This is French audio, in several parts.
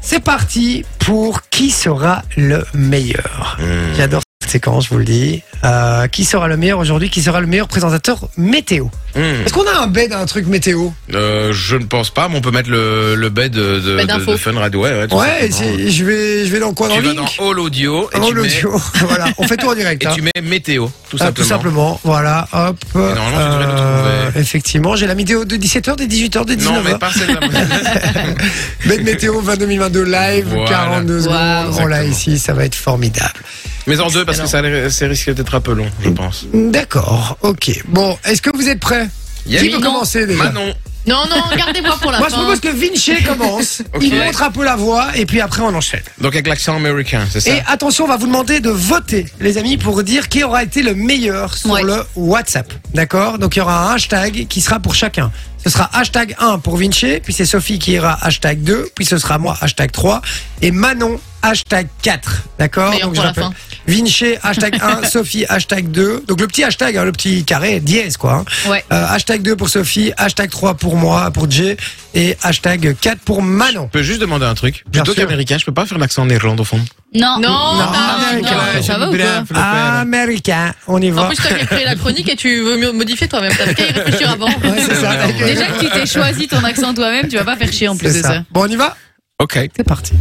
c'est parti pour qui sera le meilleur. Mmh. J'adore cette séquence, je vous le dis. Euh, qui sera le meilleur aujourd'hui Qui sera le meilleur présentateur météo Hmm. Est-ce qu'on a un bed à un truc météo Euh, je ne pense pas, mais on peut mettre le, le bed de, de- Bed de- info. de Fun Radio. Ouais, ouais, tout Ouais, simplement. c'est- je vais, je vais dans quoi Dans Tu vas Link dans All Audio et, Dans tu, l'audio. voilà, on fait tout en direct. Mets, hein. et tu mets Météo, tout Ah, simplement. tout simplement, voilà, hop. Euh, normalement, tu devrais le trouver. effectivement, j'ai la météo de 17h, de 18h, de 19h. Non, mais pas celle-là. Bête météo 20 2022 live, Voilà. 42 secondes. Wow. On l'a Exactement. ici, ça va être formidable. mais en deux, parce que ça a- c'est risqué d'être un peu long, je pense. D'accord, ok. Bon, est-ce que vous êtes prêts Qui Yannick, peut commencer déjà Manon. Non, non, gardez-moi pour la Moi, je fin. propose que Vinci commence. Ok. Il montre un peu la voie et puis après, on enchaîne. Donc avec l'accent américain, c'est ça Et attention, on va vous demander de voter, les amis, pour dire qui aura été le meilleur sur Ouais. le WhatsApp. D'accord Donc il y aura un hashtag qui sera pour chacun. Ce sera hashtag 1 pour Vinci, puis c'est Sophie qui ira hashtag 2, puis ce sera moi hashtag 3, et Manon hashtag 4. D'accord Meilleur je pour la rappelle, Vinci hashtag 1, Sophie hashtag 2. Donc le petit hashtag, hein, le petit carré, dièse quoi. hein. Ouais. Euh, hashtag 2 pour Sophie, hashtag 3 pour moi, pour Jay, et hashtag 4 pour Manon. Je peux juste demander un truc. Bien Plutôt sûr. qu'américain, je peux pas faire l'accent néerlandophone. Non. Non, non, mais non, quel- ça va ou quoi Américain, on y va. En plus, toi qui as créé la chronique et tu veux mieux modifier toi-même. T'avais qu'à y réfléchir avant. Ouais, c'est ça. Merde. d'accord. Déjà que tu t'es choisi ton accent toi-même, tu vas pas faire chier en plus C'est de ça. ça. Bon, on y va Ok. C'est parti.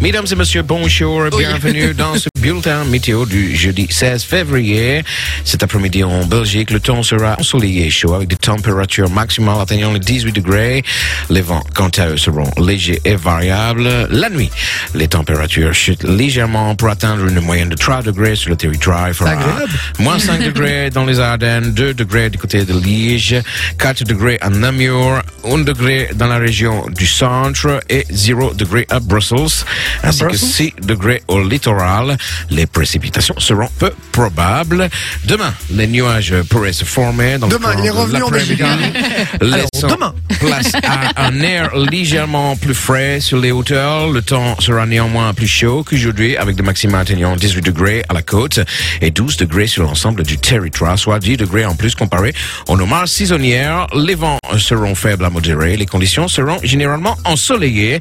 Mesdames et messieurs, bonjour et bienvenue dans ce bulletin météo du jeudi 16 février. Cet après-midi en Belgique, le temps sera ensoleillé et chaud avec des températures maximales atteignant les 18 degrés. Les vents, quant à eux, seront légers et variables. La nuit, les températures chutent légèrement pour atteindre une moyenne de 3 degrés sur le territoire. Il fera Agréable. moins 5 degrés dans les Ardennes, 2 degrés du côté de Liège, 4 degrés à Namur, 1 degré dans la région du centre et 0 degré à Brussels, ainsi que Brussels 6 degrés au littoral. Les précipitations seront peu probables. Demain, les nuages pourraient se former. Dans Demain, le courant il est de revenu en Belgique. l'après-midi, laissant demain. place à un air légèrement plus frais sur les hauteurs. Le temps sera néanmoins plus chaud qu'aujourd'hui avec des maximums atteignant 18 degrés à la côte et 12 degrés sur l'ensemble du territoire, soit 10 degrés en plus comparé aux nomades saisonnières. Les vents seront faibles à modérés. Les conditions seront généralement ensoleillées.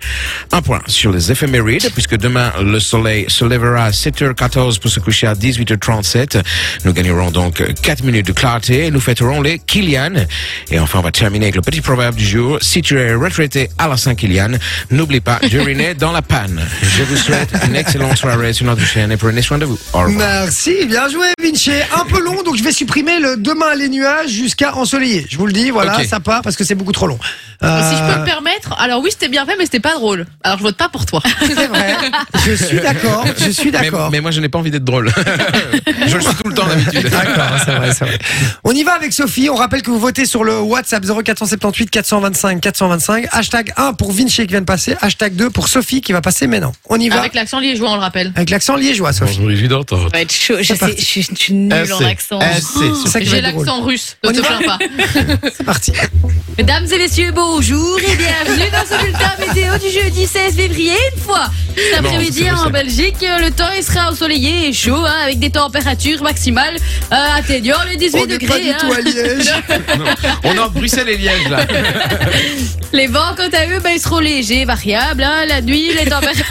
Un point sur les éphémérides puisque demain le soleil se lèvera à 7h14 pour se coucher à 18h37. Nous gagnerons donc 4 minutes de clarté et nous fêterons les Kilian. Et enfin, on va terminer avec le petit proverbe du jour. Si tu es retraité à la Saint-Kilian, n'oublie pas d'uriner dans la panne. Je vous souhaite une excellente soirée sur notre chaîne et prenez soin de vous. Au revoir. Merci, bien joué Vinci. Un peu long, donc je vais supprimer le demain les nuages jusqu'à ensoleillé. Je vous le dis, voilà, Ok. ça part parce que c'est beaucoup trop long. Et Ah, Si je peux Euh, me permettre, alors oui, c'était bien fait, mais c'était pas drôle. Alors je vote pas pour toi. c'est vrai, Euh, je suis d'accord, je suis Mais, d'accord. mais moi, je n'ai pas envie d'être drôle. je le suis tout le temps d'habitude. D'accord, c'est vrai, c'est vrai. On y va avec Sophie. On rappelle que vous votez sur le WhatsApp 0478 425 425. Hashtag 1 pour Vinci qui vient de passer. Hashtag 2 pour Sophie qui va passer maintenant. On y va Avec l'accent liégeois, on le rappelle. avec l'accent liégeois, Sophie. Bonjour, les d'entendre. Ça va être chaud. Je, sais, parti. je, suis- je suis nulle en accent. C'est ça qui va J'ai être drôle. l'accent russe, ne On y te va plains pas. C'est parti. Mesdames et messieurs, bonjour et bienvenue dans ce bulletin météo du jeudi 16 février. Une fois cet Non, c'est après-midi pas ça. en Belgique, euh, le temps il sera ensoleillé et chaud hein, avec des températures maximales euh, atteignant les 18 Oh, On n'est degrés. pas du hein. tout à Liège. On est entre Bruxelles et Liège, là. Les vents, quant à eux, ben, ils seront légers, variables. hein. La nuit, les températures.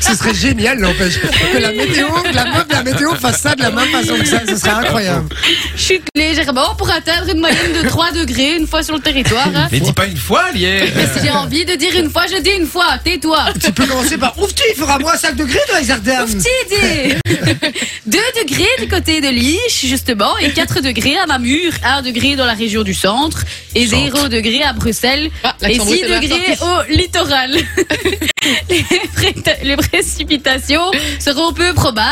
Ce serait génial, n'empêche. Que la météo, que la meuf de la météo fasse ça de la même façon que ça, ce serait incroyable. chutent légèrement pour atteindre une moyenne de 3 degrés une fois sur le territoire. hein. Mais dis pas une fois, Liège. Mais si j'ai envie de dire une fois, je dis une fois. Tais-toi. Tu peux commencer par Ouf, tu, il fera moins 5 degrés dans les Ardennes. Petit dé. 2 degrés du côté de Liche, justement, et 4 degrés à Namur, 1 degré dans la région du centre, et 0 degré à Bruxelles, Ah, et l'accent russe 6 est bien degrés sorti. au littoral. les, pré- les précipitations seront peu probables.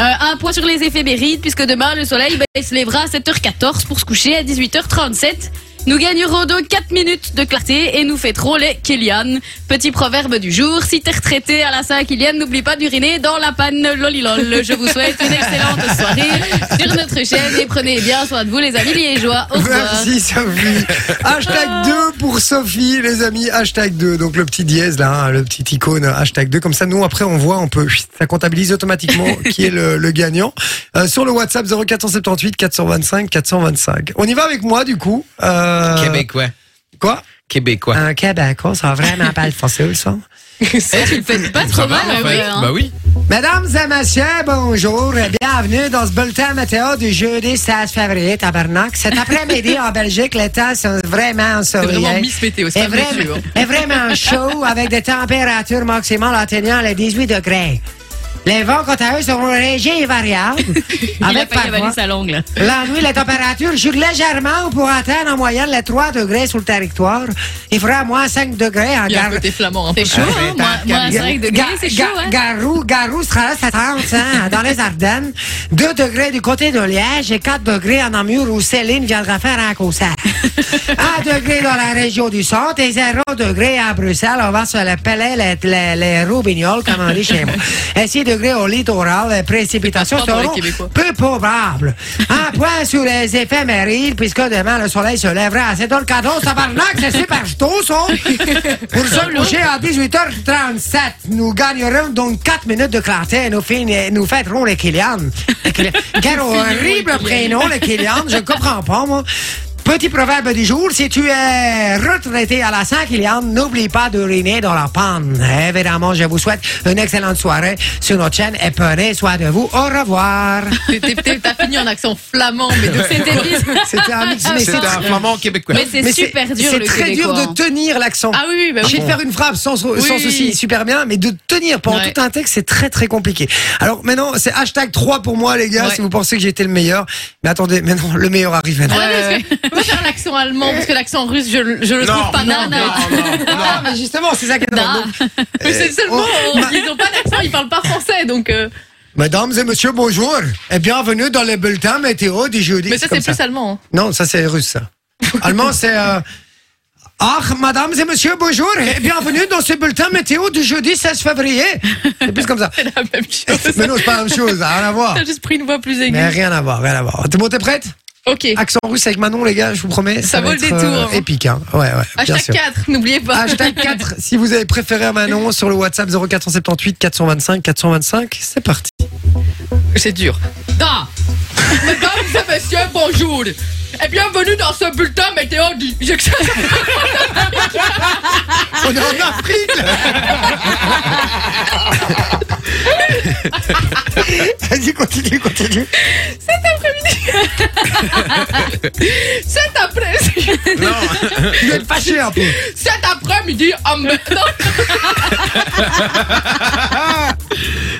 Euh, un point sur les éphémérides, puisque demain, le soleil ben, il se lèvera à 7h14 pour se coucher à 18h37. Nous gagnerons donc 4 minutes de clarté et nous fêterons les Kélian. Petit proverbe du jour, si t'es retraité à la Saint-Kélian, n'oublie pas d'uriner dans la panne lolilol. Je vous souhaite une excellente soirée sur notre chaîne et prenez bien soin de vous les amis liégeois. Au revoir. Ah. Merci Sophie. Hashtag 2 pour Sophie, les amis. Hashtag 2. Donc le petit dièse là, hein, le petit icône. Hashtag 2. Comme ça, nous après on voit, on peut, ça comptabilise automatiquement qui est le, le gagnant. Euh, sur le WhatsApp 0478 425 425. On y va avec moi du coup. Euh, Québécois. Quoi Québécois. Un Québécois, ça va vraiment pas le français, le son. Ça, Eh, tu le fais pas trop mal, en ouais, fait. ouais, hein. Bah oui. Mesdames et messieurs, bonjour et bienvenue dans ce bulletin météo du jeudi 16 février, tabarnak. Cet après-midi en Belgique, les temps sont vraiment C'est vraiment ensoleillés. Miss Météo, c'est Et pas hein. Miss vraiment, Météo. et vraiment chaud avec des températures maximales atteignant les 18 degrés. Les vents, quant à eux, seront légers et variables. Il a avec pas parfois- avalé sa langue, là. la nuit, les températures chutent légèrement pour atteindre en moyenne les 3 degrés sur le territoire. Il fera moins 5 degrés en Il y a un garde. côté flamand, Ah, un peu. C'est chaud, hein Moi, moi, à 5 degrés, c'est chaud, hein Garou, Garou sera là cet automne, hein, dans les Ardennes. 2 degrés du côté de Liège et 4 degrés en Namur où Céline viendra faire un concert. 1 degré dans la région du centre et 0 degré à Bruxelles. On va se les peler les, les, les roubignoles, comme on dit chez moi. Et 6 degrés au littoral, les précipitations Ah, Pas pour les seront Québécois. peu probables. Un point sur les éphémérides, puisque demain le soleil se lèvera. C'est dans le cadeau, tabarnak, c'est super tôt, ça. Pour se coucher à 18h37, nous gagnerons donc 4 minutes de clarté et nous, fin- nous fêterons les Kylian. Les Kylian. Quel horrible prénom, les Kylian, je comprends pas, moi. Petit proverbe du jour, si tu es retraité à la Saint-Kylian, n'oublie pas d'uriner dans la panne. Évidemment, je vous souhaite une excellente soirée sur notre chaîne et prenez soin de vous. Au revoir. T'es- t'es- t'es- T'as fini en accent flamand, mais de C'était bizarre. C'était un mix, mais C'est un flamand québécois. Mais c'est mais super c'est- dur, C'est le très dur Québécois, hein. de tenir l'accent. Ah oui, oui, Je bah oui. vais faire une phrase sans, sans Oui. souci, super bien, mais de tenir pendant Ouais. tout un texte, c'est très très compliqué. Alors maintenant, c'est hashtag 3 pour moi, les gars, Ouais. si vous pensez que j'ai été le meilleur. Mais attendez, maintenant, le meilleur arrive maintenant. Ah, Ouais, parce que- Faut faire l'accent allemand, parce que l'accent russe, je, le- je le trouve pas non, non, nana. non, non. Ah, mais justement, c'est ça qui est drôle. Ah. Donc, Mais c'est seulement, euh, Oh, ma- ils ont pas d'accent, ils parlent pas français, donc. euh, Mesdames et messieurs, bonjour et bienvenue dans les bulletins météo du jeudi. Mais ça, comme c'est plus allemand. hein. Non, ça c'est russe. ça. Allemand, c'est. euh, Ah, madame et monsieur, bonjour et bienvenue dans ce bulletin météo du jeudi 16 février. C'est plus comme ça. C'est la même chose. Mais non, c'est pas la même chose, ça n'a rien à voir. T'as juste pris une voix plus aiguë. Mais rien Ah, à voir, rien à voir. T'es bon, t'es prête Ok. Accent russe avec Manon, les gars, je vous promets. Ça vaut va le être, détour. épique, hein. Ouais, ouais. bien Hashtag sûr. 4, n'oubliez pas. Hashtag 4, si vous avez préféré Manon, sur le WhatsApp 0478 425 425, c'est parti. C'est dur. Da. Mesdames et messieurs, bonjour. Et bienvenue dans ce bulletin météo du... Je- On est en Afrique là. Vas-y, continue, continue. Cet après... Non. Je vais te fâcher un peu. Cet après-midi, en me... Non.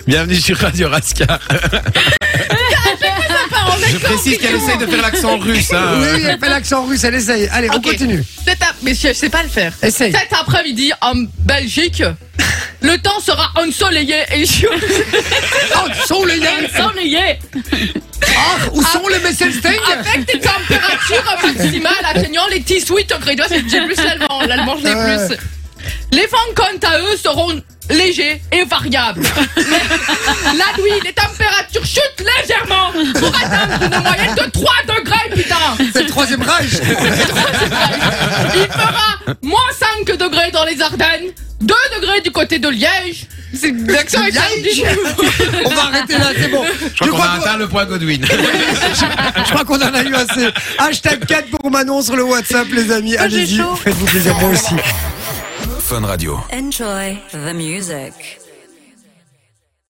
Bienvenue sur Radio Raska. Enfin, on est Je précise qu'elle compliqué. essaye de faire l'accent russe. hein. Oui, oui, elle fait l'accent russe, elle essaye. Allez, Ok. on continue. Cet ap- Mais je je sais pas le faire. Essaye. Cet après-midi, en Belgique, le temps sera ensoleillé et chaud. ensoleillé Ensoleillé. Ah, où sont les Messelstein Ah, Avec des températures maximales atteignant les 18 degrés. Tu vois, c'est- J'ai plus l'allemand. L'allemand, je l'ai Ouais. plus. Les vents, quant à eux, seront légers et variables. La nuit, les températures chutent légèrement pour atteindre une moyenne de 3 degrés, putain. C'est le troisième Reich. Il fera moins 5 degrés dans les Ardennes, 2 degrés du côté de Liège. C'est l'accent est Liège indigne. On va arrêter là, c'est bon. Je crois qu'on a que- atteint le point Godwin. Je crois qu'on en a eu assez. Hashtag 4 pour Manon sur le WhatsApp, les amis. j'ai Allez-y, chaud. faites-vous plaisir, moi aussi. Enjoy the music.